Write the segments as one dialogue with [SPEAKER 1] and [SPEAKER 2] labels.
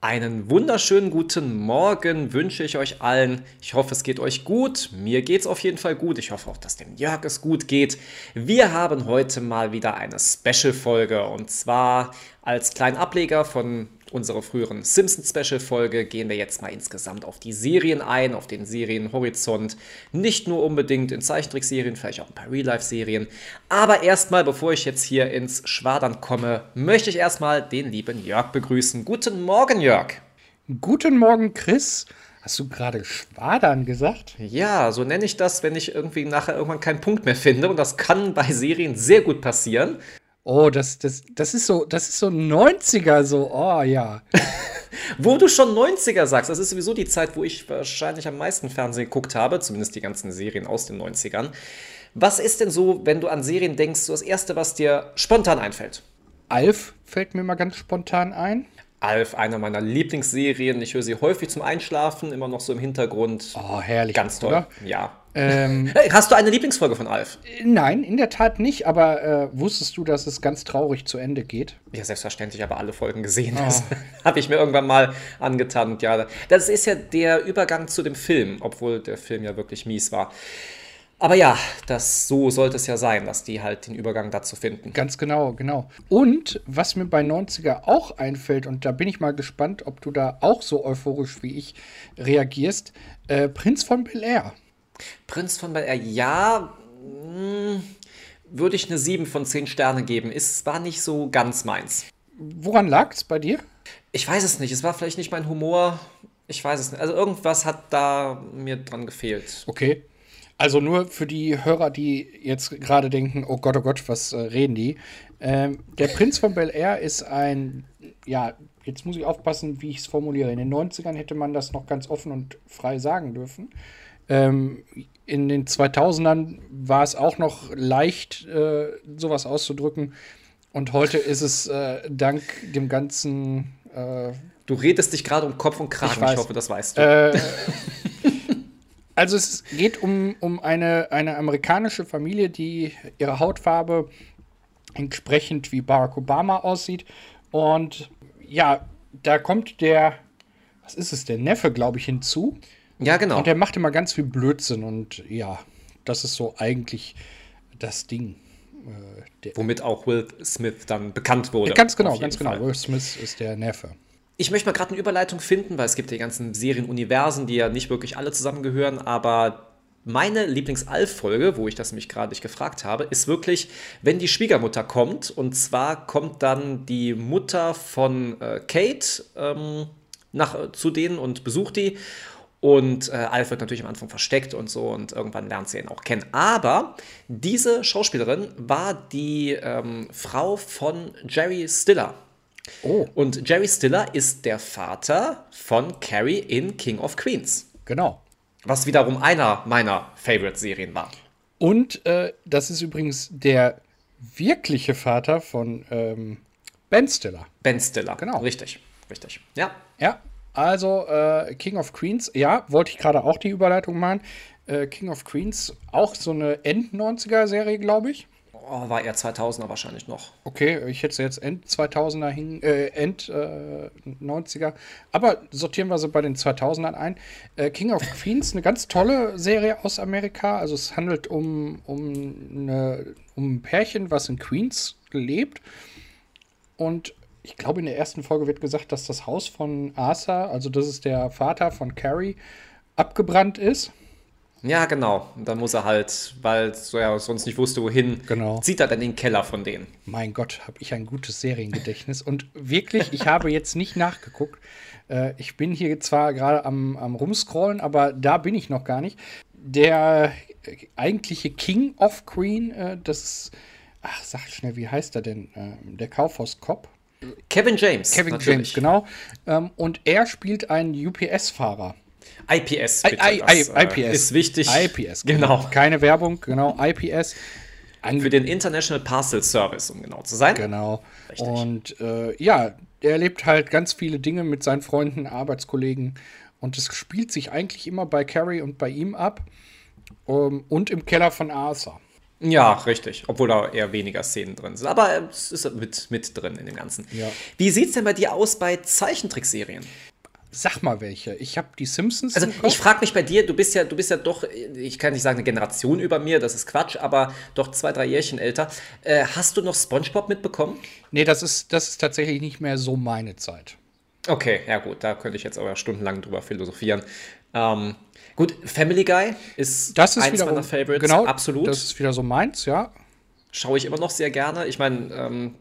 [SPEAKER 1] Einen wunderschönen guten Morgen wünsche ich euch allen. Ich hoffe, es geht euch gut. Mir geht's auf jeden Fall gut. Ich hoffe auch, dass dem Jörg es gut geht. Wir haben heute mal wieder eine Special-Folge. Und zwar als kleinen Ableger von unserer früheren Simpsons-Special-Folge gehen wir jetzt mal insgesamt auf die Serien ein, auf den Serienhorizont. Nicht nur unbedingt in Zeichentrickserien, vielleicht auch ein paar Real-Life-Serien. Aber erstmal, bevor ich jetzt hier ins Schwadern komme, möchte ich erstmal den lieben Jörg begrüßen. Guten Morgen, Jörg.
[SPEAKER 2] Guten Morgen, Chris. Hast du gerade Schwadern gesagt?
[SPEAKER 1] Ja, so nenne ich das, wenn ich irgendwie nachher irgendwann keinen Punkt mehr finde. Und das kann bei Serien sehr gut passieren.
[SPEAKER 2] Oh, das, das, das ist so, das ist so 90er, so, oh ja.
[SPEAKER 1] wo du schon 90er sagst, das ist sowieso die Zeit, wo ich wahrscheinlich am meisten Fernsehen geguckt habe, zumindest die ganzen Serien aus den 90ern. Was ist denn so, wenn du an Serien denkst, so das Erste, was dir spontan einfällt?
[SPEAKER 2] Alf fällt mir mal ganz spontan ein.
[SPEAKER 1] Alf, einer meiner Lieblingsserien. Ich höre sie häufig zum Einschlafen, immer noch so im Hintergrund.
[SPEAKER 2] Oh, herrlich.
[SPEAKER 1] Ganz toll.
[SPEAKER 2] oder?
[SPEAKER 1] Ja.
[SPEAKER 2] Ähm,
[SPEAKER 1] Hast du eine Lieblingsfolge von Alf?
[SPEAKER 2] nein, in der Tat nicht, aber äh, wusstest du, dass es ganz traurig zu Ende geht?
[SPEAKER 1] Ja, selbstverständlich, aber alle Folgen gesehen.
[SPEAKER 2] Ah.
[SPEAKER 1] Das habe ich mir irgendwann mal angetan. Und ja, das ist ja der Übergang zu dem Film, obwohl der Film ja wirklich mies war. Aber ja, das so sollte es ja sein, dass die halt den Übergang dazu finden.
[SPEAKER 2] Ganz genau, genau. Und was mir bei 90er auch einfällt, und da bin ich mal gespannt, ob du da auch so euphorisch wie ich reagierst, äh, Prinz von Bel Air.
[SPEAKER 1] Prinz von Bel Air, ja, mm, würde ich eine 7 von 10 Sterne geben. Es war nicht so ganz meins.
[SPEAKER 2] Woran lag's bei dir?
[SPEAKER 1] Ich weiß es nicht, es war vielleicht nicht mein Humor. Ich weiß es nicht. Also irgendwas hat da mir dran gefehlt.
[SPEAKER 2] Okay. Also nur für die Hörer, die jetzt gerade denken, oh Gott, oh Gott, was äh, reden die? Ähm, der Prinz von Bel Air ist ein, ja, jetzt muss ich aufpassen, wie ich es formuliere. In den 90ern hätte man das noch ganz offen und frei sagen dürfen. Ähm, in den 2000ern war es auch noch leicht, äh, sowas auszudrücken. Und heute ist es äh, dank dem ganzen äh,
[SPEAKER 1] Du redest dich gerade um Kopf und Kragen. Ich,
[SPEAKER 2] weiß.
[SPEAKER 1] hoffe, das weißt du.
[SPEAKER 2] äh, also es geht um, um eine, eine amerikanische Familie, die ihre Hautfarbe entsprechend wie Barack Obama aussieht. Und ja, da kommt der, was ist es, der Neffe, glaube ich, hinzu.
[SPEAKER 1] ja, genau.
[SPEAKER 2] Und der macht immer ganz viel Blödsinn. Und ja, das ist so eigentlich das Ding. Äh, der,
[SPEAKER 1] womit auch Will Smith dann bekannt wurde.
[SPEAKER 2] ganz genau,
[SPEAKER 1] Auf jeden
[SPEAKER 2] ganz genau.
[SPEAKER 1] Fall.
[SPEAKER 2] Will Smith ist der Neffe.
[SPEAKER 1] Ich möchte mal gerade eine Überleitung finden, weil es gibt die ganzen Serienuniversen, die ja nicht wirklich alle zusammengehören, aber meine Lieblings-Alf-Folge, wo ich das mich gerade nicht gefragt habe, ist wirklich, wenn die Schwiegermutter kommt. Und zwar kommt dann die Mutter von äh, Kate ähm, nach, äh, zu denen und besucht die. Und äh, Alf wird natürlich am Anfang versteckt und so und irgendwann lernt sie ihn auch kennen. Aber diese Schauspielerin war die ähm, Frau von Jerry Stiller.
[SPEAKER 2] Oh,
[SPEAKER 1] Und Jerry Stiller ist der Vater von Carrie in King of Queens,
[SPEAKER 2] genau.
[SPEAKER 1] was wiederum einer meiner Favorite-Serien war.
[SPEAKER 2] Und äh, das ist übrigens der wirkliche Vater von ähm, Ben Stiller.
[SPEAKER 1] Ben Stiller.
[SPEAKER 2] Genau.
[SPEAKER 1] Richtig, richtig. Ja.
[SPEAKER 2] Ja, also äh, King of Queens, ja, wollte ich gerade auch die Überleitung machen. Äh, King of Queens, auch so eine End-90er-Serie, glaube ich.
[SPEAKER 1] Oh, war er 2000er wahrscheinlich noch.
[SPEAKER 2] Okay, ich hätte sie jetzt End-2000er hin, äh, End-90er. Aber sortieren wir sie bei den 2000ern ein. Äh, King of Queens, eine ganz tolle Serie aus Amerika. Also es handelt um, um, eine, um ein Pärchen, was in Queens lebt. Und ich glaube, in der ersten Folge wird gesagt, dass das Haus von Arthur, also das ist der Vater von Carrie, abgebrannt ist.
[SPEAKER 1] Ja, genau. Und dann muss er halt, weil so er sonst nicht wusste, wohin,
[SPEAKER 2] Genau.
[SPEAKER 1] zieht er dann den Keller von denen.
[SPEAKER 2] Mein Gott, habe ich ein gutes Seriengedächtnis. Und wirklich, ich habe jetzt nicht nachgeguckt. Äh, ich bin hier zwar gerade am, am Rumscrollen, aber da bin ich noch gar nicht. Der äh, eigentliche King of Queen, äh, das ist, ach, sag schnell, wie heißt er denn? Äh, der Kaufhaus-Cop.
[SPEAKER 1] Kevin James.
[SPEAKER 2] Kevin James,
[SPEAKER 1] natürlich.
[SPEAKER 2] genau. Ähm, und er spielt einen UPS-Fahrer.
[SPEAKER 1] IPS. Bitte,
[SPEAKER 2] I- I-
[SPEAKER 1] das, äh,
[SPEAKER 2] IPS.
[SPEAKER 1] Ist wichtig.
[SPEAKER 2] IPS,
[SPEAKER 1] Genau.
[SPEAKER 2] Keine Werbung, genau, IPS.
[SPEAKER 1] Für den International Parcel Service, um genau zu sein.
[SPEAKER 2] Genau.
[SPEAKER 1] Richtig.
[SPEAKER 2] Und äh, ja, er erlebt halt ganz viele Dinge mit seinen Freunden, Arbeitskollegen. Und es spielt sich eigentlich immer bei Carrie und bei ihm ab. Ähm, und im Keller von Arthur.
[SPEAKER 1] Ja, richtig. Obwohl da eher weniger Szenen drin sind. Aber ähm, es ist mit, mit drin in dem Ganzen.
[SPEAKER 2] Ja.
[SPEAKER 1] Wie sieht es denn bei dir aus bei Zeichentrickserien?
[SPEAKER 2] Sag mal welche. Ich habe die Simpsons.
[SPEAKER 1] Also
[SPEAKER 2] im Kopf.
[SPEAKER 1] ich frage mich bei dir, du bist ja, du bist ja doch, ich kann nicht sagen, eine Generation über mir, das ist Quatsch, aber doch zwei, drei Jährchen älter. Äh, hast du noch SpongeBob mitbekommen?
[SPEAKER 2] nee, das ist, das ist tatsächlich nicht mehr so meine Zeit.
[SPEAKER 1] Okay, ja gut, da könnte ich jetzt aber stundenlang drüber philosophieren. Ähm, gut, Family Guy ist,
[SPEAKER 2] Das ist
[SPEAKER 1] eins
[SPEAKER 2] wiederum,
[SPEAKER 1] meiner Favorites,
[SPEAKER 2] genau,
[SPEAKER 1] absolut.
[SPEAKER 2] Das ist wieder so meins, ja.
[SPEAKER 1] Schaue ich immer noch sehr gerne. Ich meine, ähm,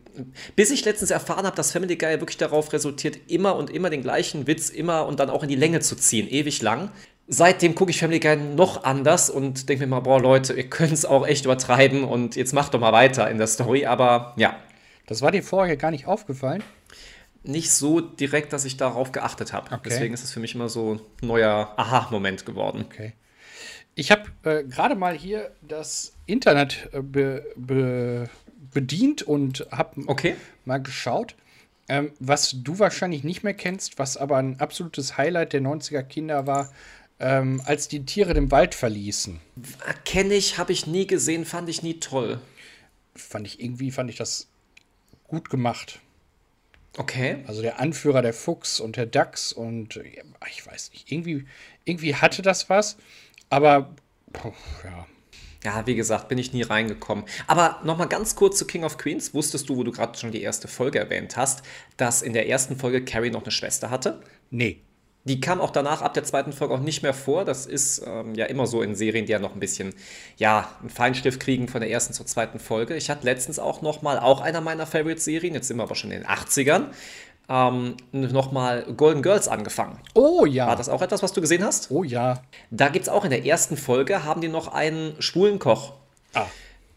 [SPEAKER 1] bis ich letztens erfahren habe, dass Family Guy wirklich darauf resultiert, immer und immer den gleichen Witz immer und dann auch in die Länge zu ziehen, ewig lang. Seitdem gucke ich Family Guy noch anders und denke mir mal, boah Leute, ihr könnt es auch echt übertreiben und jetzt macht doch mal weiter in der Story. Aber ja,
[SPEAKER 2] Das war dir vorher gar nicht aufgefallen.
[SPEAKER 1] nicht so direkt, dass ich darauf geachtet habe.
[SPEAKER 2] Okay.
[SPEAKER 1] Deswegen ist es für mich immer so ein neuer Aha-Moment geworden.
[SPEAKER 2] Okay. Ich habe äh, gerade mal hier das Internet äh, be, be, bedient und habe
[SPEAKER 1] Okay.
[SPEAKER 2] mal geschaut. Ähm, was du wahrscheinlich nicht mehr kennst, was aber ein absolutes Highlight der 90er Kinder war, ähm, als die Tiere den Wald verließen.
[SPEAKER 1] Kenne ich, habe ich nie gesehen, fand ich nie toll.
[SPEAKER 2] Fand ich irgendwie, fand ich das gut gemacht.
[SPEAKER 1] Okay.
[SPEAKER 2] Also der Anführer, der Fuchs und der Dachs und äh, ja, ich weiß nicht, irgendwie, irgendwie hatte das was, aber puh, ja.
[SPEAKER 1] Ja, wie gesagt, bin ich nie reingekommen. Aber nochmal ganz kurz zu King of Queens. Wusstest du, wo du gerade schon die erste Folge erwähnt hast, dass in der ersten Folge Carrie noch eine Schwester hatte?
[SPEAKER 2] Nee.
[SPEAKER 1] Die kam auch danach ab der zweiten Folge auch nicht mehr vor. Das ist ähm, ja immer so in Serien, die ja noch ein bisschen, ja, einen Feinstift kriegen von der ersten zur zweiten Folge. Ich hatte letztens auch nochmal, auch einer meiner Favorite-Serien, jetzt sind wir aber schon in den 80ern, ähm, nochmal Golden Girls angefangen.
[SPEAKER 2] Oh ja.
[SPEAKER 1] War das auch etwas, was du gesehen hast?
[SPEAKER 2] Oh ja.
[SPEAKER 1] Da gibt es auch in der ersten Folge, haben die noch einen schwulen Koch,
[SPEAKER 2] Ah.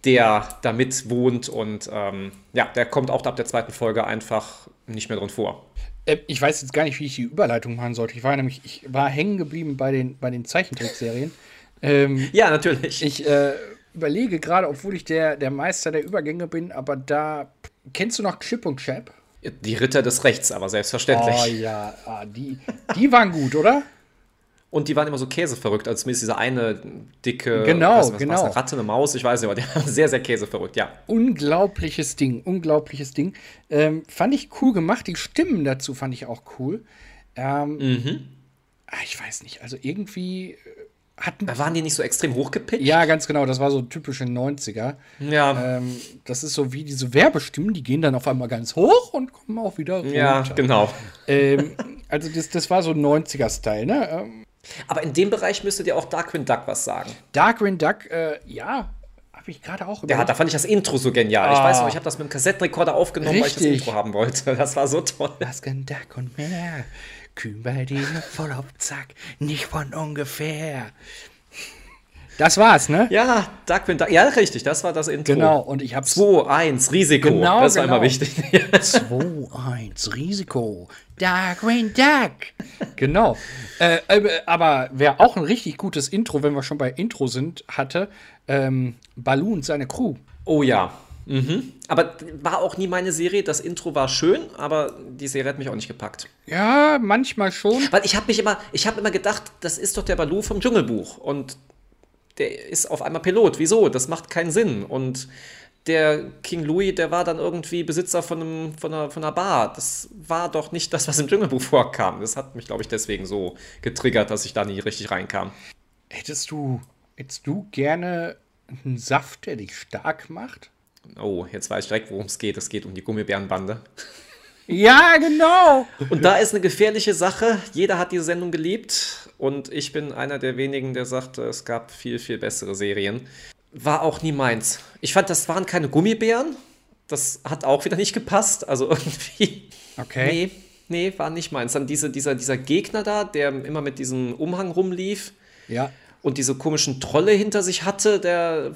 [SPEAKER 1] der da mit wohnt und ähm, ja, der kommt auch ab der zweiten Folge einfach nicht mehr drin vor.
[SPEAKER 2] Äh, Ich weiß jetzt gar nicht, wie ich die Überleitung machen sollte. Ich war nämlich, ich war hängen geblieben bei den, bei den Zeichentrickserien. ähm,
[SPEAKER 1] Ja, natürlich.
[SPEAKER 2] ich äh, überlege gerade, obwohl ich der, der Meister der Übergänge bin, aber da. Kennst du noch Chip und Chap?
[SPEAKER 1] die Ritter des Rechts, aber selbstverständlich.
[SPEAKER 2] Oh ja, ah, die, die waren gut, oder?
[SPEAKER 1] Und die waren immer so käseverrückt, also zumindest diese eine dicke
[SPEAKER 2] Genau,
[SPEAKER 1] was, was,
[SPEAKER 2] genau.
[SPEAKER 1] war's, eine Ratte, eine Maus, ich weiß nicht, aber die waren sehr, sehr käseverrückt, ja.
[SPEAKER 2] Unglaubliches Ding, unglaubliches Ding. Ähm, fand ich cool gemacht. Die Stimmen dazu fand ich auch cool. Ähm, ah, Ich weiß nicht, also irgendwie äh, hatten.
[SPEAKER 1] Da waren die nicht so extrem hochgepitcht?
[SPEAKER 2] Ja, ganz genau, das war so typische 90er.
[SPEAKER 1] Ja,
[SPEAKER 2] Ähm, das ist so wie diese Werbestimmen, die gehen dann auf einmal ganz hoch und kommen auch wieder runter.
[SPEAKER 1] ja genau.
[SPEAKER 2] ähm, also das, das war so 90er-Style, ne? Ähm,
[SPEAKER 1] Aber in dem Bereich müsstet ihr auch Darkwing Duck was sagen.
[SPEAKER 2] Darkwing Duck, äh, ja, habe ich gerade auch
[SPEAKER 1] Ja,
[SPEAKER 2] überlegt.
[SPEAKER 1] da fand ich das Intro so genial. Ich
[SPEAKER 2] Ah.
[SPEAKER 1] weiß noch, ich habe das mit dem Kassettenrekorder aufgenommen, weil ich
[SPEAKER 2] Richtig.
[SPEAKER 1] das Intro haben wollte. Das war so toll.
[SPEAKER 2] Darkwing Duck und mehr, kühn bei dir, voll auf Zack, nicht von ungefähr. Das war's, ne?
[SPEAKER 1] Ja, Darkwing Duck. Ja, richtig, das war das Intro.
[SPEAKER 2] Genau, und ich hab's
[SPEAKER 1] 2, 1, Risiko.
[SPEAKER 2] Genau,
[SPEAKER 1] das war
[SPEAKER 2] genau.
[SPEAKER 1] immer wichtig.
[SPEAKER 2] 2-1, Risiko. Darkwing Duck. Genau. Äh, äh, aber wer auch ein richtig gutes Intro, wenn wir schon bei Intro sind, hatte, ähm, Baloo und seine Crew.
[SPEAKER 1] oh ja. Mhm. Aber war auch nie meine Serie. Das Intro war schön, aber die Serie hat mich auch nicht gepackt.
[SPEAKER 2] Ja, manchmal schon.
[SPEAKER 1] Weil ich habe mich immer, ich habe immer gedacht, das ist doch der Baloo vom Dschungelbuch und der ist auf einmal Pilot. Wieso? Das macht keinen Sinn. Und der King Louis, der war dann irgendwie Besitzer von, einem, von, einer, von einer Bar. Das war doch nicht das, was im Dschungelbuch vorkam. Das hat mich, glaube ich, deswegen so getriggert, dass ich da nie richtig reinkam.
[SPEAKER 2] Hättest du, hättest du gerne einen Saft, der dich stark macht?
[SPEAKER 1] Oh, jetzt weiß ich direkt, worum es geht. Es geht um die Gummibärenbande.
[SPEAKER 2] Ja, genau.
[SPEAKER 1] Und da ist eine gefährliche Sache. Jeder hat diese Sendung geliebt. Und ich bin einer der wenigen, der sagt, es gab viel, viel bessere Serien. War auch nie meins. Ich fand, das waren keine Gummibären. Das hat auch wieder nicht gepasst. Also irgendwie.
[SPEAKER 2] Okay.
[SPEAKER 1] Nee, nee, war nicht meins. Dann diese, dieser, dieser Gegner da, der immer mit diesem Umhang rumlief
[SPEAKER 2] Ja.
[SPEAKER 1] und diese komischen Trolle hinter sich hatte, der.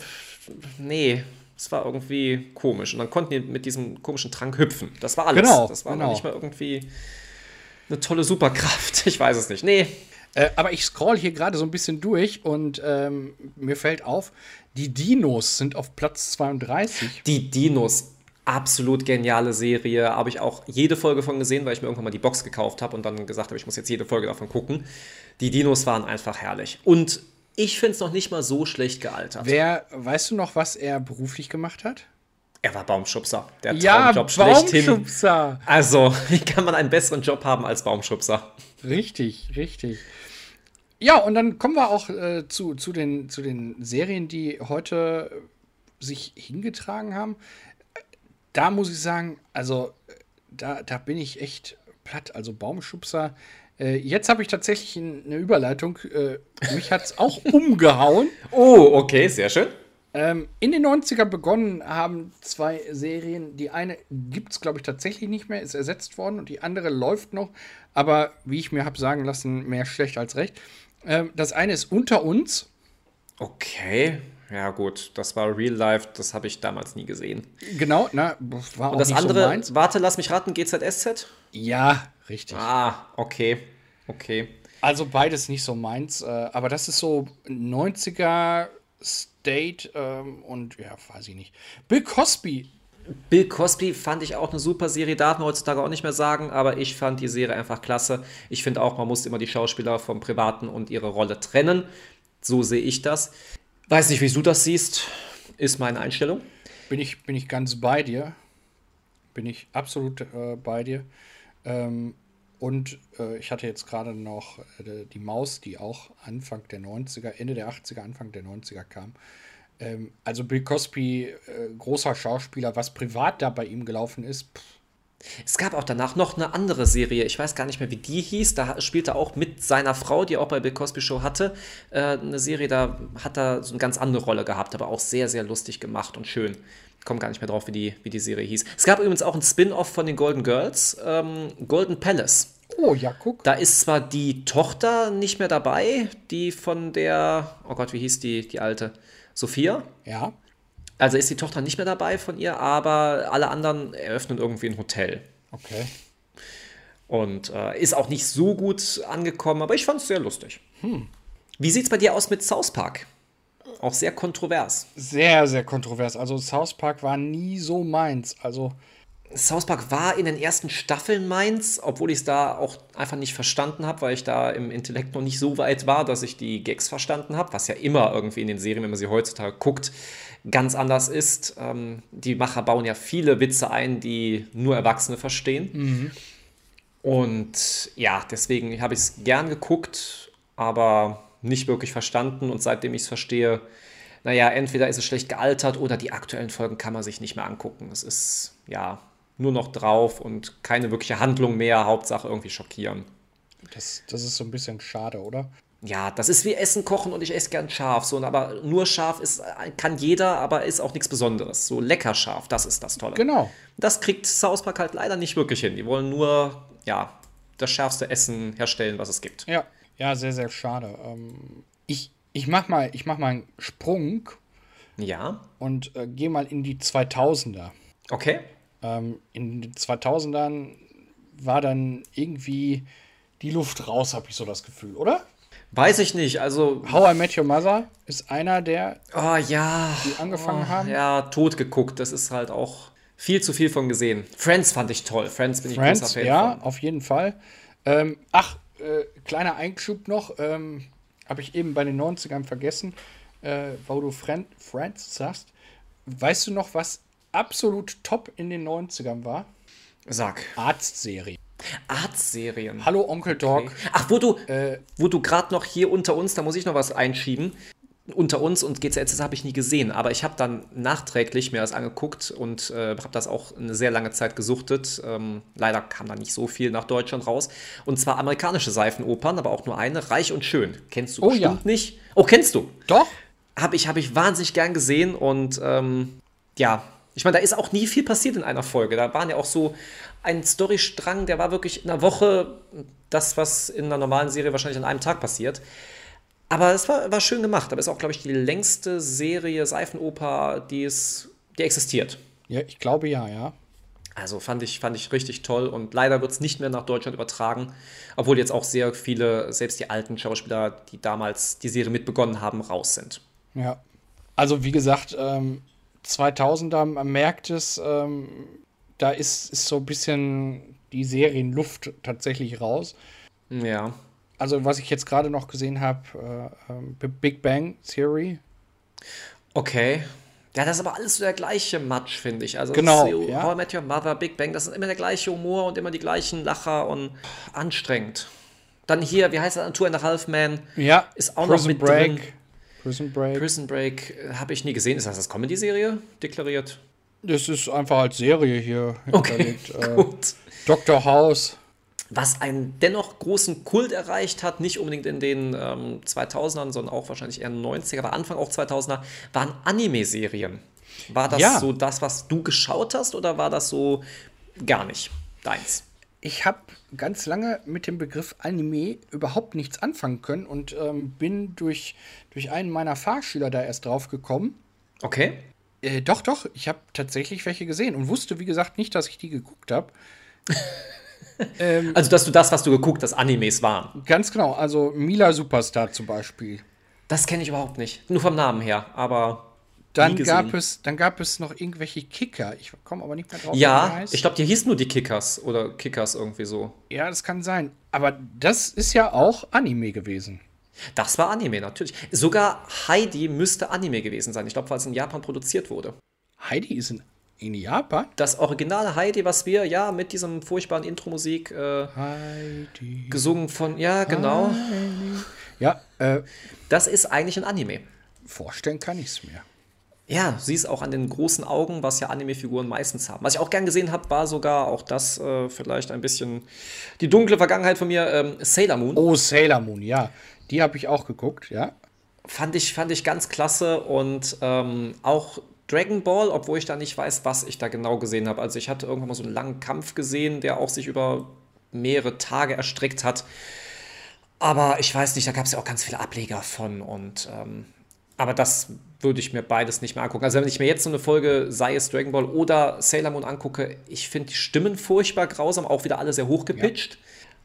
[SPEAKER 1] Nee. Es war irgendwie komisch. Und dann konnten die mit diesem komischen Trank hüpfen. Das war alles.
[SPEAKER 2] Genau,
[SPEAKER 1] das war
[SPEAKER 2] genau.
[SPEAKER 1] noch nicht mal irgendwie eine tolle Superkraft. Ich weiß es nicht. Nee.
[SPEAKER 2] Äh, aber ich scroll hier gerade so ein bisschen durch und ähm, mir fällt auf, die Dinos sind auf Platz 32.
[SPEAKER 1] Die Dinos. Absolut geniale Serie. Habe ich auch jede Folge von gesehen, weil ich mir irgendwann mal die Box gekauft habe und dann gesagt habe, ich muss jetzt jede Folge davon gucken. Die Dinos waren einfach herrlich. Und Ich finde es noch nicht mal so schlecht gealtert.
[SPEAKER 2] Wer, weißt du noch, was er beruflich gemacht hat?
[SPEAKER 1] Er war Baumschubser. Der
[SPEAKER 2] Ja,
[SPEAKER 1] Traumjob schlechthin.
[SPEAKER 2] Baumschubser.
[SPEAKER 1] Also, wie kann man einen besseren Job haben als Baumschubser?
[SPEAKER 2] Richtig, richtig. Ja, und dann kommen wir auch äh, zu, zu, den, zu den Serien, die heute sich hingetragen haben. Da muss ich sagen, also äh, da, da bin ich echt platt, also Baumschubser. Äh, jetzt habe ich tatsächlich ein- eine Überleitung. Äh, mich hat es auch umgehauen.
[SPEAKER 1] Oh, okay, sehr schön.
[SPEAKER 2] Ähm, in den 90ern begonnen haben zwei Serien. Die eine gibt es, glaube ich, tatsächlich nicht mehr, ist ersetzt worden und die andere läuft noch, aber wie ich mir habe sagen lassen, mehr schlecht als recht. Ähm, das eine ist Unter uns.
[SPEAKER 1] Okay. Ja, gut, das war Real Life, das habe ich damals nie gesehen.
[SPEAKER 2] Genau, na, war auch
[SPEAKER 1] Und das
[SPEAKER 2] nicht
[SPEAKER 1] andere,
[SPEAKER 2] so meins.
[SPEAKER 1] warte, lass mich raten, GZSZ?
[SPEAKER 2] Ja, richtig.
[SPEAKER 1] Ah, okay. Okay.
[SPEAKER 2] Also beides nicht so meins, äh, aber das ist so 90er State ähm, und ja, weiß ich nicht. Bill Cosby.
[SPEAKER 1] Bill Cosby fand ich auch eine super Serie, darf man heutzutage auch nicht mehr sagen, aber ich fand die Serie einfach klasse. Ich finde auch, man muss immer die Schauspieler vom Privaten und ihre Rolle trennen. So sehe ich das. Weiß nicht, wie du das siehst, ist meine Einstellung.
[SPEAKER 2] Bin ich, bin ich ganz bei dir. Bin ich absolut äh, bei dir. Ähm, und äh, ich hatte jetzt gerade noch äh, die Maus, die auch Anfang der 90er, Ende der 80er, Anfang der 90er kam. Ähm, also Bill Cosby, äh, großer Schauspieler, was privat da bei ihm gelaufen ist, pff,
[SPEAKER 1] Es gab auch danach noch eine andere Serie, ich weiß gar nicht mehr, wie die hieß. Da spielte er auch mit seiner Frau, die er auch bei Bill Cosby Show hatte, äh, eine Serie, da hat er so eine ganz andere Rolle gehabt, aber auch sehr, sehr lustig gemacht und schön. Komme gar nicht mehr drauf, wie die, wie die Serie hieß. Es gab übrigens auch ein Spin-off von den Golden Girls, ähm, Golden Palace.
[SPEAKER 2] oh ja, guck.
[SPEAKER 1] Da ist zwar die Tochter nicht mehr dabei, die von der, oh Gott, wie hieß die, die alte? Sophia?
[SPEAKER 2] Ja,
[SPEAKER 1] Also ist die Tochter nicht mehr dabei von ihr, aber alle anderen eröffnen irgendwie ein Hotel.
[SPEAKER 2] okay.
[SPEAKER 1] Und äh, ist auch nicht so gut angekommen, aber ich fand es sehr lustig. Wie sieht's bei dir aus mit South Park? Auch sehr kontrovers.
[SPEAKER 2] Sehr, sehr kontrovers. Also South Park war nie so meins. Also
[SPEAKER 1] South Park war in den ersten Staffeln meins, obwohl ich es da auch einfach nicht verstanden habe, weil ich da im Intellekt noch nicht so weit war, dass ich die Gags verstanden habe, was ja immer irgendwie in den Serien, wenn man sie heutzutage guckt, ganz anders ist. Ähm, die Macher bauen ja viele Witze ein, die nur Erwachsene verstehen. Und ja, deswegen habe ich es gern geguckt, aber nicht wirklich verstanden. Und seitdem ich es verstehe, naja, entweder ist es schlecht gealtert oder die aktuellen Folgen kann man sich nicht mehr angucken. Es ist ja nur noch drauf und keine wirkliche Handlung mehr, Hauptsache irgendwie schockieren.
[SPEAKER 2] das, das ist so ein bisschen schade, oder?
[SPEAKER 1] Ja, das ist wie Essen kochen und ich esse gern scharf. So, und aber nur scharf ist, kann jeder, aber ist auch nichts Besonderes. So lecker scharf, das ist das Tolle.
[SPEAKER 2] Genau.
[SPEAKER 1] Das kriegt South Park halt leider nicht wirklich hin. Die wollen nur, ja, das schärfste Essen herstellen, was es gibt.
[SPEAKER 2] Ja, ja, sehr, sehr schade. Ähm, ich, ich mach mal, ich mach mal einen Sprung
[SPEAKER 1] Ja,
[SPEAKER 2] und äh, gehe mal in die 2000er.
[SPEAKER 1] okay.
[SPEAKER 2] Ähm, in den 2000ern war dann irgendwie die Luft raus, habe ich so das Gefühl, oder?
[SPEAKER 1] Weiß ich nicht, also,
[SPEAKER 2] How I Met Your Mother ist einer, der
[SPEAKER 1] oh ja.
[SPEAKER 2] die angefangen
[SPEAKER 1] Ah,
[SPEAKER 2] haben.
[SPEAKER 1] Ja, tot geguckt. Das ist halt auch viel zu viel von gesehen. Friends fand ich toll. Friends bin ich
[SPEAKER 2] Friends,
[SPEAKER 1] großer Fan
[SPEAKER 2] ja,
[SPEAKER 1] von.
[SPEAKER 2] auf jeden Fall. Ähm, ach, äh, kleiner Einschub noch, ähm, habe ich eben bei den 90ern vergessen, äh, wo du Fren Friends sagst. Weißt du noch, was absolut top in den 90ern war?
[SPEAKER 1] Sag.
[SPEAKER 2] Arztserie.
[SPEAKER 1] Arztserien.
[SPEAKER 2] Hallo Onkel Doc.
[SPEAKER 1] Ach, wo du, wo du gerade noch hier unter uns, da muss ich noch was einschieben. Unter uns und GZS habe ich nie gesehen, aber ich habe dann nachträglich mir das angeguckt und äh, habe das auch eine sehr lange Zeit gesuchtet. Ähm, leider kam da nicht so viel nach Deutschland raus. Und zwar amerikanische Seifenopern, aber auch nur eine, Reich und Schön. Kennst du
[SPEAKER 2] Oh, ja.
[SPEAKER 1] bestimmt nicht? Oh, kennst du?
[SPEAKER 2] Doch?
[SPEAKER 1] habe ich, hab ich wahnsinnig gern gesehen und ähm, ja, ich meine, da ist auch nie viel passiert in einer Folge. Da waren ja auch so ein Storystrang, der war wirklich in einer Woche das, was in einer normalen Serie wahrscheinlich an einem Tag passiert. Aber es war, war schön gemacht. Aber es ist auch, glaube ich, die längste Serie Seifenoper, die es, die existiert.
[SPEAKER 2] Ja, ich glaube ja, ja.
[SPEAKER 1] Also fand ich, fand ich richtig toll und leider wird es nicht mehr nach Deutschland übertragen, obwohl jetzt auch sehr viele, selbst die alten Schauspieler, die damals die Serie mitbegonnen haben, raus sind.
[SPEAKER 2] Ja. Also wie gesagt, ähm, 2000er, man merkt es, ähm, da ist, ist so ein bisschen die Serienluft tatsächlich raus.
[SPEAKER 1] Ja.
[SPEAKER 2] also was ich jetzt gerade noch gesehen habe, äh, äh, Big Bang Theory.
[SPEAKER 1] Okay. Ja, das ist aber alles so der gleiche Matsch, finde ich. Also
[SPEAKER 2] Genau,
[SPEAKER 1] das ist,
[SPEAKER 2] ja.
[SPEAKER 1] How I Met Your Mother, Big Bang, das ist immer der gleiche Humor und immer die gleichen Lacher und anstrengend. Dann hier, wie heißt das, Two and a Half Man,
[SPEAKER 2] Ja,
[SPEAKER 1] Ist auch noch
[SPEAKER 2] Prison
[SPEAKER 1] mit
[SPEAKER 2] Break.
[SPEAKER 1] drin.
[SPEAKER 2] Prison Break.
[SPEAKER 1] Prison Break, äh, habe ich nie gesehen. Ist das als Comedy-Serie deklariert?
[SPEAKER 2] Das ist einfach als Serie hier
[SPEAKER 1] Okay,
[SPEAKER 2] hinterlegt. Äh,
[SPEAKER 1] gut.
[SPEAKER 2] Dr. House.
[SPEAKER 1] Was einen dennoch großen Kult erreicht hat, nicht unbedingt in den ähm, 2000ern, sondern auch wahrscheinlich eher 90er, aber Anfang auch 2000er, waren Anime-Serien. War das
[SPEAKER 2] Ja.
[SPEAKER 1] so das, was du geschaut hast oder war das so gar nicht deins?
[SPEAKER 2] Ich habe ganz lange mit dem Begriff Anime überhaupt nichts anfangen können und ähm, bin durch, durch einen meiner Fahrschüler da erst drauf gekommen.
[SPEAKER 1] Okay.
[SPEAKER 2] Äh, doch, doch, ich habe tatsächlich welche gesehen und wusste, wie gesagt, nicht, dass ich die geguckt habe. ähm,
[SPEAKER 1] Also, dass du das, was du geguckt hast, Animes waren.
[SPEAKER 2] ganz genau, also Mila Superstar zum Beispiel.
[SPEAKER 1] Das kenne ich überhaupt nicht. Nur vom Namen her, aber.
[SPEAKER 2] Dann
[SPEAKER 1] nie gesehen.
[SPEAKER 2] gab, es, dann gab es noch irgendwelche Kicker. Ich komme aber nicht mehr drauf. wie der
[SPEAKER 1] Ja,
[SPEAKER 2] heißt.
[SPEAKER 1] ich glaube, die hießen nur die Kickers oder Kickers irgendwie so.
[SPEAKER 2] ja, das kann sein. Aber das ist ja auch Anime gewesen.
[SPEAKER 1] Das war Anime, natürlich. Sogar Heidi müsste Anime gewesen sein. Ich glaube, weil es in Japan produziert wurde.
[SPEAKER 2] Heidi ist in, in Japan?
[SPEAKER 1] Das originale Heidi, was wir ja mit diesem furchtbaren Intro-Musik äh,
[SPEAKER 2] Heidi.
[SPEAKER 1] gesungen von, ja, genau,
[SPEAKER 2] Ja, äh,
[SPEAKER 1] das ist eigentlich ein Anime.
[SPEAKER 2] vorstellen kann ich es mir.
[SPEAKER 1] Ja, du siehst auch an den großen Augen, was ja Anime-Figuren meistens haben. Was ich auch gern gesehen habe, war sogar, auch das äh, vielleicht ein bisschen die dunkle Vergangenheit von mir, ähm, Sailor Moon.
[SPEAKER 2] Oh, Sailor Moon, ja. Die habe ich auch geguckt, ja.
[SPEAKER 1] Fand ich, fand ich ganz klasse und ähm, auch Dragon Ball, obwohl ich da nicht weiß, was ich da genau gesehen habe. Also ich hatte irgendwann mal so einen langen Kampf gesehen, der auch sich über mehrere Tage erstreckt hat. Aber ich weiß nicht, da gab es ja auch ganz viele Ableger von und ähm, aber das würde ich mir beides nicht mehr angucken. Also wenn ich mir jetzt so eine Folge, sei es Dragon Ball oder Sailor Moon angucke, ich finde die Stimmen furchtbar grausam, auch wieder alle sehr hochgepitcht.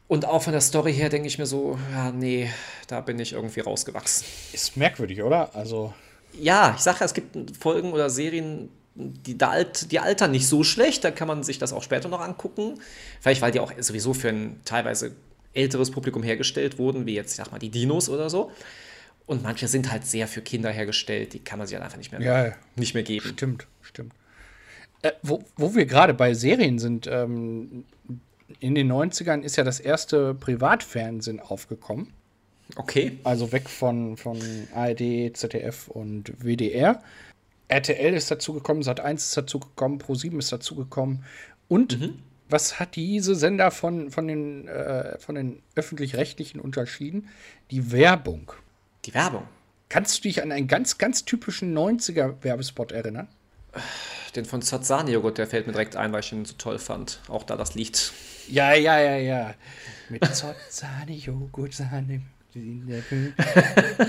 [SPEAKER 1] Und auch von der Story her denke ich mir so, ja, nee, da bin ich irgendwie rausgewachsen.
[SPEAKER 2] Ist merkwürdig, oder? Also,
[SPEAKER 1] Ja, ich sage ja, es gibt Folgen oder Serien, die, da alt, die altern nicht so schlecht. Da kann man sich das auch später noch angucken. Vielleicht, weil die auch sowieso für ein teilweise älteres Publikum hergestellt wurden, wie jetzt, ich sag mal, die Dinos oder so. Und manche sind halt sehr für Kinder hergestellt. Die kann man sich halt einfach nicht mehr,
[SPEAKER 2] ja,
[SPEAKER 1] nicht mehr geben.
[SPEAKER 2] stimmt, stimmt. Äh, wo, wo wir gerade bei Serien sind, ähm, in den 90ern ist ja das erste Privatfernsehen aufgekommen.
[SPEAKER 1] Okay.
[SPEAKER 2] Also weg von, von ARD, ZDF und WDR. RTL ist dazugekommen, Sat1 ist dazugekommen, Pro7 ist dazugekommen. Und was hat diese Sender von, von den, äh, von den öffentlich-rechtlichen unterschieden? Die Werbung.
[SPEAKER 1] Die Werbung.
[SPEAKER 2] Kannst du dich an einen ganz, ganz typischen 90er-Werbespot erinnern?
[SPEAKER 1] Den von Satsani-Joghurt, der fällt mir direkt ein, weil ich ihn so toll fand. Auch da das Lied.
[SPEAKER 2] Ja, ja, ja, ja. Mit Zott, Sahne, Joghurt, Sahne in der Kühl-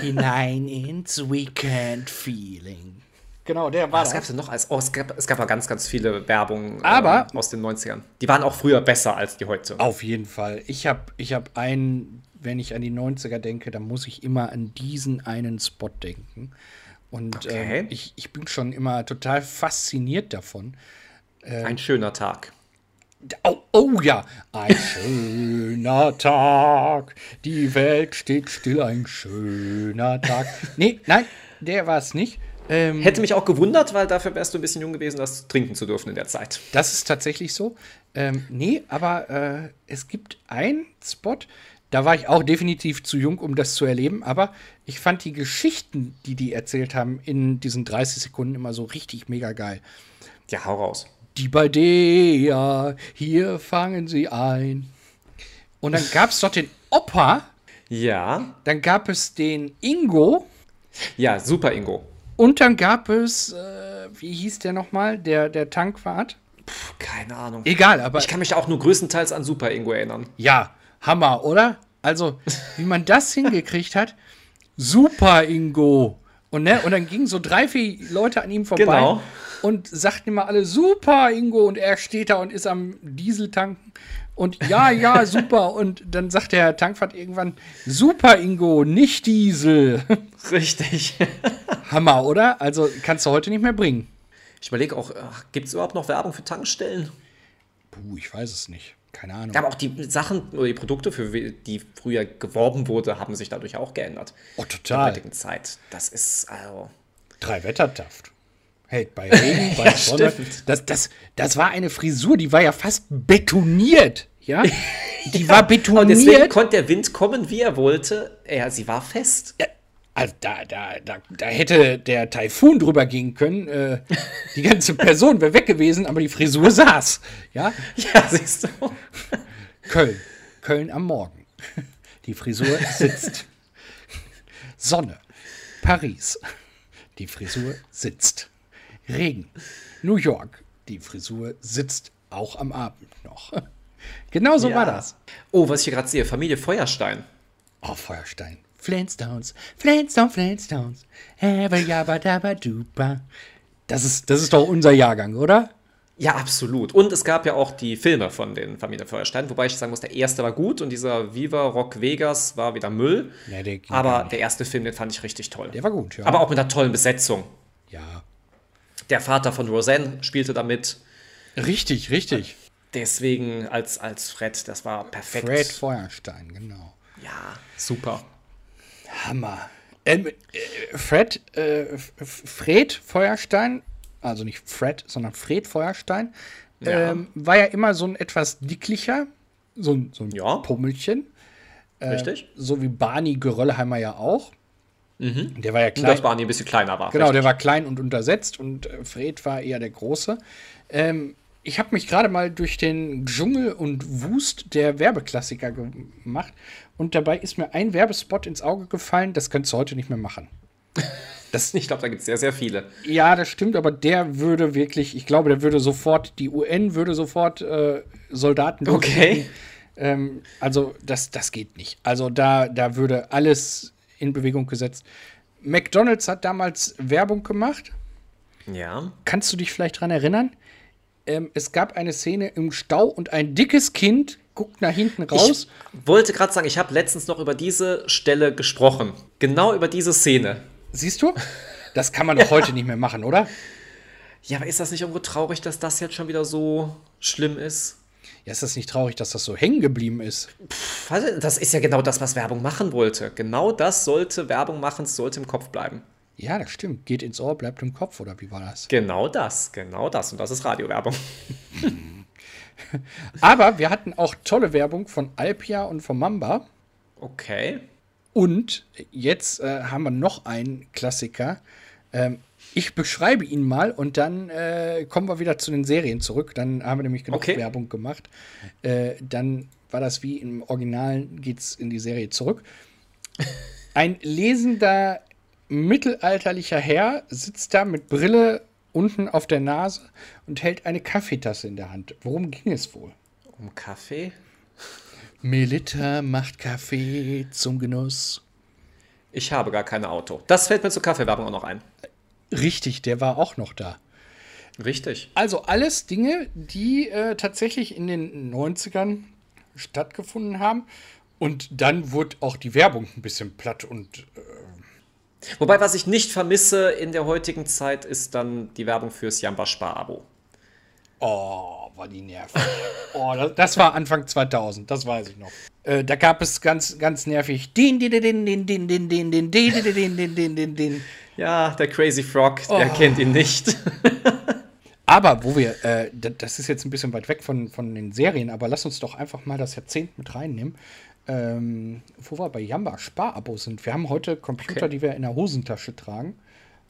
[SPEAKER 2] hinein ins Weekend Feeling. Genau, der war
[SPEAKER 1] Was gab es
[SPEAKER 2] das.
[SPEAKER 1] denn noch als? Oh, es gab, es gab ja ganz, ganz viele Werbungen ähm,
[SPEAKER 2] Aber-
[SPEAKER 1] aus den 90ern. Die waren auch früher besser als die heute.
[SPEAKER 2] Auf jeden Fall. Ich habe ich hab einen, wenn ich an die 90er denke, dann muss ich immer an diesen einen Spot denken. Und
[SPEAKER 1] Okay.
[SPEAKER 2] ähm, ich, ich bin schon immer total fasziniert davon.
[SPEAKER 1] Ein schöner Tag.
[SPEAKER 2] Oh, oh ja, ein schöner Tag. Die Welt steht still, ein schöner Tag. Nee, nein, der war es nicht. Ähm,
[SPEAKER 1] Hätte mich auch gewundert, weil dafür wärst du ein bisschen jung gewesen, das trinken zu dürfen in der Zeit.
[SPEAKER 2] das ist tatsächlich so. Ähm, nee, aber äh, es gibt einen Spot, da war ich auch definitiv zu jung, um das zu erleben, aber ich fand die Geschichten, die die erzählt haben, in diesen 30 Sekunden immer so richtig mega geil.
[SPEAKER 1] Ja, hau raus.
[SPEAKER 2] Die Badea, hier fangen sie ein. Und dann gab es dort den Opa,
[SPEAKER 1] Ja.
[SPEAKER 2] Dann gab es den Ingo
[SPEAKER 1] Ja, super, Ingo.
[SPEAKER 2] und dann gab es, äh, wie hieß der nochmal, der, der Tankwart?
[SPEAKER 1] Puh, keine Ahnung.
[SPEAKER 2] Egal, aber
[SPEAKER 1] Ich kann mich auch nur größtenteils an Super Ingo erinnern.
[SPEAKER 2] ja, Hammer, oder? Also, wie man das hingekriegt hat, super Ingo. Und, ne, und dann gingen so drei, vier Leute an ihm vorbei
[SPEAKER 1] Genau.
[SPEAKER 2] und sagten immer alle, super Ingo. Und er steht da und ist am Diesel tanken. Und ja, ja, super. Und dann sagt der Tankwart irgendwann, super Ingo, nicht Diesel.
[SPEAKER 1] Richtig.
[SPEAKER 2] Hammer, oder? Also kannst du heute nicht mehr bringen.
[SPEAKER 1] äh, Ich überlege auch, gibt es überhaupt noch Werbung für Tankstellen?
[SPEAKER 2] Puh, ich weiß es nicht. Keine Ahnung.
[SPEAKER 1] Aber auch die Sachen oder die Produkte, für we- die früher geworben wurde, haben sich dadurch auch geändert.
[SPEAKER 2] Oh,
[SPEAKER 1] In der
[SPEAKER 2] total.
[SPEAKER 1] heutigen Zeit. Das ist also.
[SPEAKER 2] Drei Wettertaft. Hält bei Regen, bei
[SPEAKER 1] Ja,
[SPEAKER 2] Sonne.
[SPEAKER 1] stimmt.
[SPEAKER 2] Das, das, das war eine Frisur, die war ja fast betoniert. Ja? Die war
[SPEAKER 1] Und deswegen
[SPEAKER 2] betoniert.
[SPEAKER 1] konnte der Wind kommen, wie er wollte. Ja, sie war fest.
[SPEAKER 2] Ja, Also da, da, da, da hätte der Taifun drüber gehen können. Äh, die ganze Person wäre weg gewesen, aber die Frisur saß. Ja?
[SPEAKER 1] Ja, siehst du.
[SPEAKER 2] Köln. Köln am Morgen. Die Frisur sitzt. Sonne. Paris. Die Frisur sitzt. Regen. New York. Die Frisur sitzt auch am Abend noch. Genau so
[SPEAKER 1] Ja.
[SPEAKER 2] war das.
[SPEAKER 1] Oh, was ich hier gerade sehe, Familie Feuerstein.
[SPEAKER 2] Oh, Feuerstein. Flintstones. Flintstone, Flintstones. Have a yabba dabba dupa. Das ist, das ist doch unser Jahrgang, oder?
[SPEAKER 1] Ja, absolut. Und es gab ja auch die Filme von den Familie Feuerstein, wobei ich sagen muss, der erste war gut und dieser Viva Rock Vegas war wieder Müll.
[SPEAKER 2] Nee, der ging gar
[SPEAKER 1] Aber
[SPEAKER 2] nicht.
[SPEAKER 1] der erste Film, den fand ich richtig toll.
[SPEAKER 2] Der war gut, ja.
[SPEAKER 1] Aber auch mit einer tollen Besetzung.
[SPEAKER 2] ja.
[SPEAKER 1] Der Vater von Roseanne spielte damit.
[SPEAKER 2] Richtig, richtig.
[SPEAKER 1] Deswegen als, als Fred, das war perfekt.
[SPEAKER 2] Fred Feuerstein, genau.
[SPEAKER 1] Ja, super.
[SPEAKER 2] Hammer. Ähm, äh, Fred, äh, F- F- Fred Feuerstein, also nicht Fred, sondern Fred Feuerstein,
[SPEAKER 1] Ja.
[SPEAKER 2] ähm, war ja immer so ein etwas dicklicher, so ein, so ein
[SPEAKER 1] Ja.
[SPEAKER 2] Pummelchen, Äh,
[SPEAKER 1] Richtig?
[SPEAKER 2] so wie Barney Geröllheimer ja auch. Der war ja
[SPEAKER 1] Mhm. Und dass
[SPEAKER 2] klein.
[SPEAKER 1] Barney ein bisschen kleiner war.
[SPEAKER 2] Genau,
[SPEAKER 1] Richtig.
[SPEAKER 2] der war klein und untersetzt und äh, Fred war eher der Große. Ähm, ich habe mich gerade mal durch den Dschungel und Wust der Werbeklassiker gemacht und dabei ist mir ein Werbespot ins Auge gefallen, das könntest du heute nicht mehr machen.
[SPEAKER 1] Ich glaube, da gibt es sehr, sehr viele.
[SPEAKER 2] Ja, das stimmt, aber der würde wirklich, ich glaube, der würde sofort, die UN würde sofort äh, Soldaten.
[SPEAKER 1] Okay.
[SPEAKER 2] Ähm, also, das, das geht nicht. Also, da, da würde alles in Bewegung gesetzt. McDonalds hat damals Werbung gemacht.
[SPEAKER 1] Ja.
[SPEAKER 2] Kannst du dich vielleicht dran erinnern? Ähm, es gab eine Szene im Stau und ein dickes Kind guckt nach hinten raus.
[SPEAKER 1] Ich wollte gerade sagen, ich habe letztens noch über diese Stelle gesprochen. Genau über diese Szene.
[SPEAKER 2] Siehst du? Das kann man doch heute nicht mehr machen, oder?
[SPEAKER 1] Ja, aber ist das nicht irgendwo traurig, dass das jetzt schon wieder so schlimm ist?
[SPEAKER 2] Ja, ist das nicht traurig, dass das so hängen geblieben ist?
[SPEAKER 1] Pff, Das ist ja genau das, was Werbung machen wollte. Genau das sollte Werbung machen, es sollte im Kopf bleiben.
[SPEAKER 2] Ja, das stimmt. Geht ins Ohr, bleibt im Kopf, oder wie war das?
[SPEAKER 1] Genau das, genau das. Und das ist Radiowerbung.
[SPEAKER 2] Aber wir hatten auch tolle Werbung von Alpia und von Mamba.
[SPEAKER 1] Okay.
[SPEAKER 2] Und jetzt äh, haben wir noch einen Klassiker. Ähm, ich beschreibe ihn mal und dann äh, kommen wir wieder zu den Serien zurück. Dann haben wir nämlich genug
[SPEAKER 1] Okay.
[SPEAKER 2] Werbung gemacht. Äh, dann war das wie im Originalen geht's in die Serie zurück. Ein lesender mittelalterlicher Herr sitzt da mit Brille unten auf der Nase und hält eine Kaffeetasse in der Hand. Worum ging es wohl?
[SPEAKER 1] Um Kaffee?
[SPEAKER 2] Melitta macht Kaffee zum Genuss.
[SPEAKER 1] Ich habe gar kein Auto. Das fällt mir zur Kaffeewerbung auch noch ein.
[SPEAKER 2] Richtig, der war auch noch da.
[SPEAKER 1] Richtig.
[SPEAKER 2] Also alles Dinge, die äh, tatsächlich in den 90ern stattgefunden haben. Und dann wurde auch die Werbung ein bisschen platt und äh,
[SPEAKER 1] Wobei, was ich nicht vermisse in der heutigen Zeit, ist dann die Werbung fürs Jamba Spar-Abo.
[SPEAKER 2] oh, war die nervig. oh, das, das war Anfang 2000, das weiß ich noch. Äh, da gab es ganz, ganz nervig. Din, din, din, din, din, din, din, din, din, din, din, din, din, din, din.
[SPEAKER 1] Ja, der Crazy Frog, der kennt ihn nicht.
[SPEAKER 2] Aber wo wir, äh, d- das ist jetzt ein bisschen weit weg von, von den Serien, aber lass uns doch einfach mal das Jahrzehnt mit reinnehmen. Ähm, wo wir bei Jamba Sparabo sind. Wir haben heute Computer,
[SPEAKER 1] Okay.
[SPEAKER 2] die wir in der Hosentasche tragen.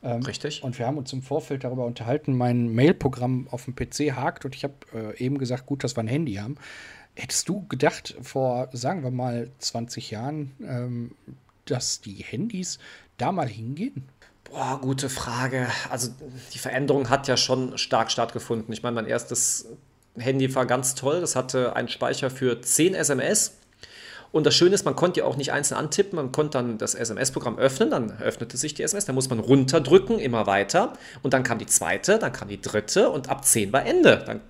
[SPEAKER 1] Richtig.
[SPEAKER 2] Und wir haben uns im Vorfeld darüber unterhalten, mein Mailprogramm auf dem PC hakt und ich habe äh, eben gesagt, gut, dass wir ein Handy haben. Hättest du gedacht, vor, sagen wir mal, 20 Jahren, ähm, dass die Handys da mal hingehen?
[SPEAKER 1] Boah, gute Frage. Also die Veränderung hat ja schon stark stattgefunden. Ich meine, mein erstes Handy war ganz toll. Das hatte einen Speicher für 10 SMS. Und das Schöne ist, man konnte ja auch nicht einzeln antippen. Man konnte dann das SMS-Programm öffnen, dann öffnete sich die SMS, dann muss man runterdrücken, immer weiter. Und dann kam die zweite, dann kam die dritte und ab 10 war Ende. Dann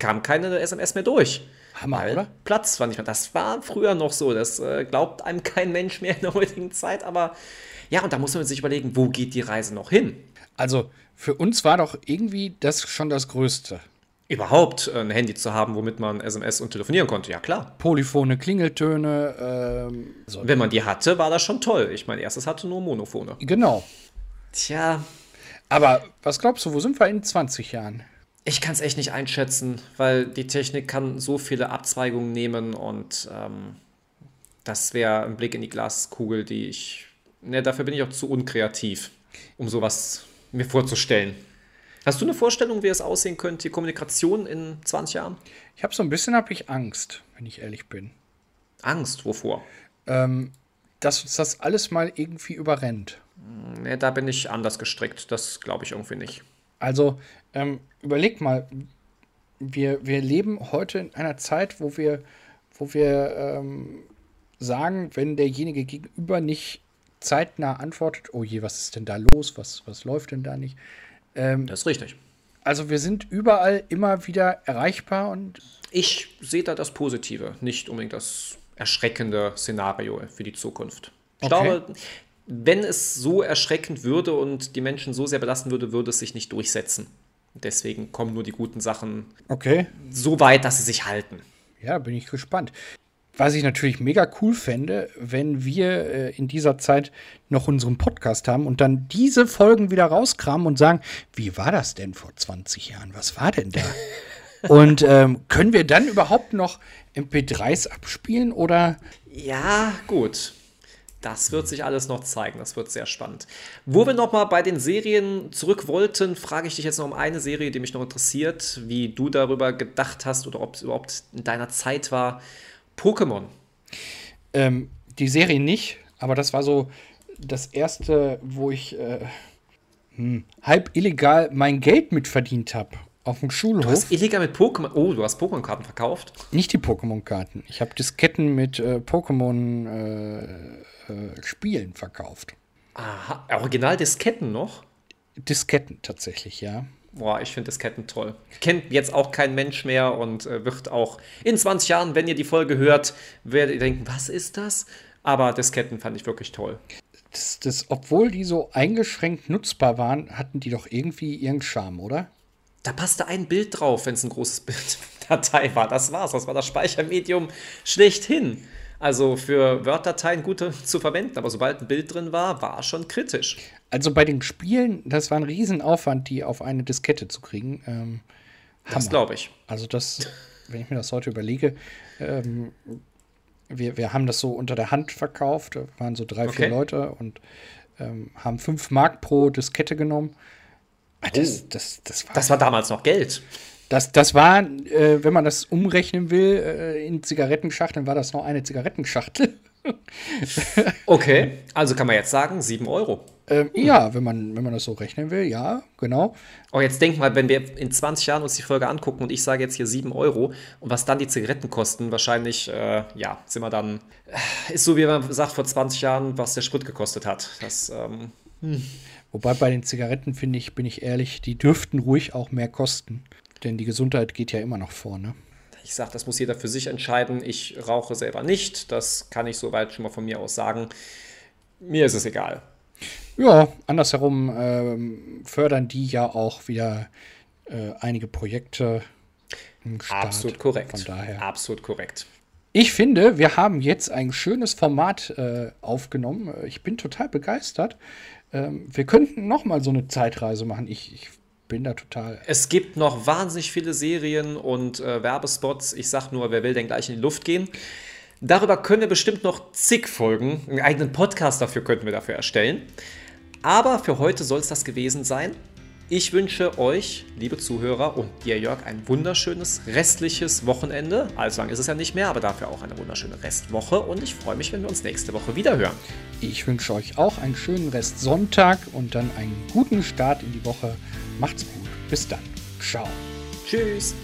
[SPEAKER 1] kam keine SMS mehr durch.
[SPEAKER 2] Hammer,
[SPEAKER 1] Weil
[SPEAKER 2] oder?
[SPEAKER 1] Platz war nicht mehr. Das war früher noch so. Das äh, glaubt einem kein Mensch mehr in der heutigen Zeit. Aber ja, und da muss man sich überlegen, wo geht die Reise noch hin?
[SPEAKER 2] Also für uns war doch irgendwie das schon das Größte.
[SPEAKER 1] Überhaupt äh, ein Handy zu haben, womit man SMS und telefonieren konnte, ja klar.
[SPEAKER 2] Polyphone Klingeltöne. Ähm, so.
[SPEAKER 1] Wenn man die hatte, war das schon toll. Ich mein erstes hatte nur Monophone.
[SPEAKER 2] Genau.
[SPEAKER 1] Tja,
[SPEAKER 2] Aber was glaubst du, wo sind wir in 20 Jahren?
[SPEAKER 1] ich kann es echt nicht einschätzen, weil die Technik kann so viele Abzweigungen nehmen und ähm, das wäre ein Blick in die Glaskugel, die ich. Ne, dafür bin ich auch zu unkreativ, um sowas mir vorzustellen. Hast du eine Vorstellung, wie es aussehen könnte, die Kommunikation in 20 Jahren?
[SPEAKER 2] Ich habe so ein bisschen hab ich Angst, wenn ich ehrlich bin.
[SPEAKER 1] Angst, wovor?
[SPEAKER 2] Ähm, dass uns das alles mal irgendwie überrennt.
[SPEAKER 1] Ne, da bin ich anders gestrickt. Das glaube ich irgendwie nicht.
[SPEAKER 2] Also ähm, überleg mal, wir, wir leben heute in einer Zeit, wo wir, wo wir ähm, sagen, wenn derjenige gegenüber nicht zeitnah antwortet, oh je, was ist denn da los, was, was läuft denn da nicht? Ähm,
[SPEAKER 1] Das ist richtig.
[SPEAKER 2] also wir sind überall immer wieder erreichbar und
[SPEAKER 1] Ich sehe da das Positive, nicht unbedingt das erschreckende Szenario für die Zukunft. Ich
[SPEAKER 2] Okay.
[SPEAKER 1] glaube, wenn es so erschreckend würde und die Menschen so sehr belasten würde, würde es sich nicht durchsetzen. Deswegen kommen nur die guten Sachen
[SPEAKER 2] okay.
[SPEAKER 1] so weit, dass sie sich halten.
[SPEAKER 2] Ja, bin ich gespannt. Was ich natürlich mega cool fände, wenn wir äh, in dieser Zeit noch unseren Podcast haben und dann diese Folgen wieder rauskramen und sagen, wie war das denn vor 20 Jahren? Was war denn da? und ähm, können wir dann überhaupt noch MP3s abspielen oder
[SPEAKER 1] Ja, gut. Das wird sich alles noch zeigen. Das wird sehr spannend. Wo wir nochmal bei den Serien zurück wollten, frage ich dich jetzt noch um eine Serie, die mich noch interessiert, wie du darüber gedacht hast oder ob es überhaupt in deiner Zeit war. Pokémon.
[SPEAKER 2] ähm, die Serie nicht? Aber das war so das erste, wo ich äh, hm, halb illegal mein Geld mitverdient habe auf dem Schulhof.
[SPEAKER 1] Du hast illegal mit Pokémon. Oh, du hast Pokémon-Karten verkauft.
[SPEAKER 2] Nicht die Pokémon-Karten. Ich habe Disketten mit äh, Pokémon-Spielen äh, Spielen verkauft.
[SPEAKER 1] Aha, original Disketten noch?
[SPEAKER 2] Disketten tatsächlich, ja.
[SPEAKER 1] Boah, ich finde Disketten toll. Kennt jetzt auch kein Mensch mehr und äh, wird auch in 20 Jahren, wenn ihr die Folge hört, werdet ihr denken, was ist das? Aber Disketten fand ich wirklich toll.
[SPEAKER 2] Das, das, obwohl die so eingeschränkt nutzbar waren, hatten die doch irgendwie ihren Charme, oder?
[SPEAKER 1] Da passte ein Bild drauf, wenn es ein großes Bilddatei war. Das war's. Das war das Speichermedium schlechthin. Also für Word-Dateien gut zu verwenden, aber sobald ein Bild drin war, war schon kritisch.
[SPEAKER 2] Also bei den Spielen, das war ein Riesenaufwand, die auf eine Diskette zu kriegen. Ähm,
[SPEAKER 1] Das glaube ich.
[SPEAKER 2] Also das, wenn ich mir das heute überlege, ähm, wir, wir haben das so unter der Hand verkauft, da waren so drei,
[SPEAKER 1] Okay.
[SPEAKER 2] vier Leute und ähm, haben fünf Mark pro Diskette genommen. Ah, Das, das, das war, das,
[SPEAKER 1] Das war damals noch Geld.
[SPEAKER 2] das, war äh, wenn man das umrechnen will, äh, in Zigarettenschachteln war das noch eine Zigarettenschachtel.
[SPEAKER 1] Okay, also kann man jetzt sagen, 7 Euro.
[SPEAKER 2] Ähm, Ja, wenn man, wenn man das so rechnen will, ja, genau.
[SPEAKER 1] Oh, jetzt denk mal, wenn wir in 20 Jahren uns die Folge angucken und ich sage jetzt hier 7 Euro und was dann die Zigaretten kosten, wahrscheinlich, äh, ja, sind wir dann, äh, ist so wie man sagt vor 20 Jahren, was der Sprit gekostet hat. Das, ähm,
[SPEAKER 2] Wobei bei den Zigaretten, finde ich, bin ich ehrlich, die dürften ruhig auch mehr kosten. Denn die Gesundheit geht ja immer noch vor, ne?
[SPEAKER 1] ich sage, das muss jeder für sich entscheiden. Ich rauche selber nicht, das kann ich soweit schon mal von mir aus sagen. Mir ist es egal.
[SPEAKER 2] Ja, andersherum ähm, fördern die ja auch wieder äh, einige Projekte im Staat.
[SPEAKER 1] Absolut korrekt.
[SPEAKER 2] Von daher.
[SPEAKER 1] Absolut korrekt.
[SPEAKER 2] Ich finde, wir haben jetzt ein schönes Format äh, aufgenommen. Ich bin total begeistert. Ähm, wir könnten noch mal so eine Zeitreise machen. Ich, ich bin da total.
[SPEAKER 1] Es gibt noch wahnsinnig viele Serien und äh, Werbespots. Ich sag nur, wer will, denn gleich in die Luft gehen. Darüber können wir bestimmt noch zig Folgen. Einen eigenen Podcast dafür könnten wir dafür erstellen. Aber für heute soll es das gewesen sein. Ich wünsche euch, liebe Zuhörer und dir, Jörg, ein wunderschönes restliches Wochenende. Allzu lang ist es ja nicht mehr, aber dafür auch eine wunderschöne Restwoche. Und ich freue mich, wenn wir uns nächste Woche wieder hören.
[SPEAKER 2] Ich wünsche euch auch einen schönen Rest Sonntag und dann einen guten Start in die Woche. Macht's gut. Bis dann. Ciao.
[SPEAKER 1] Tschüss.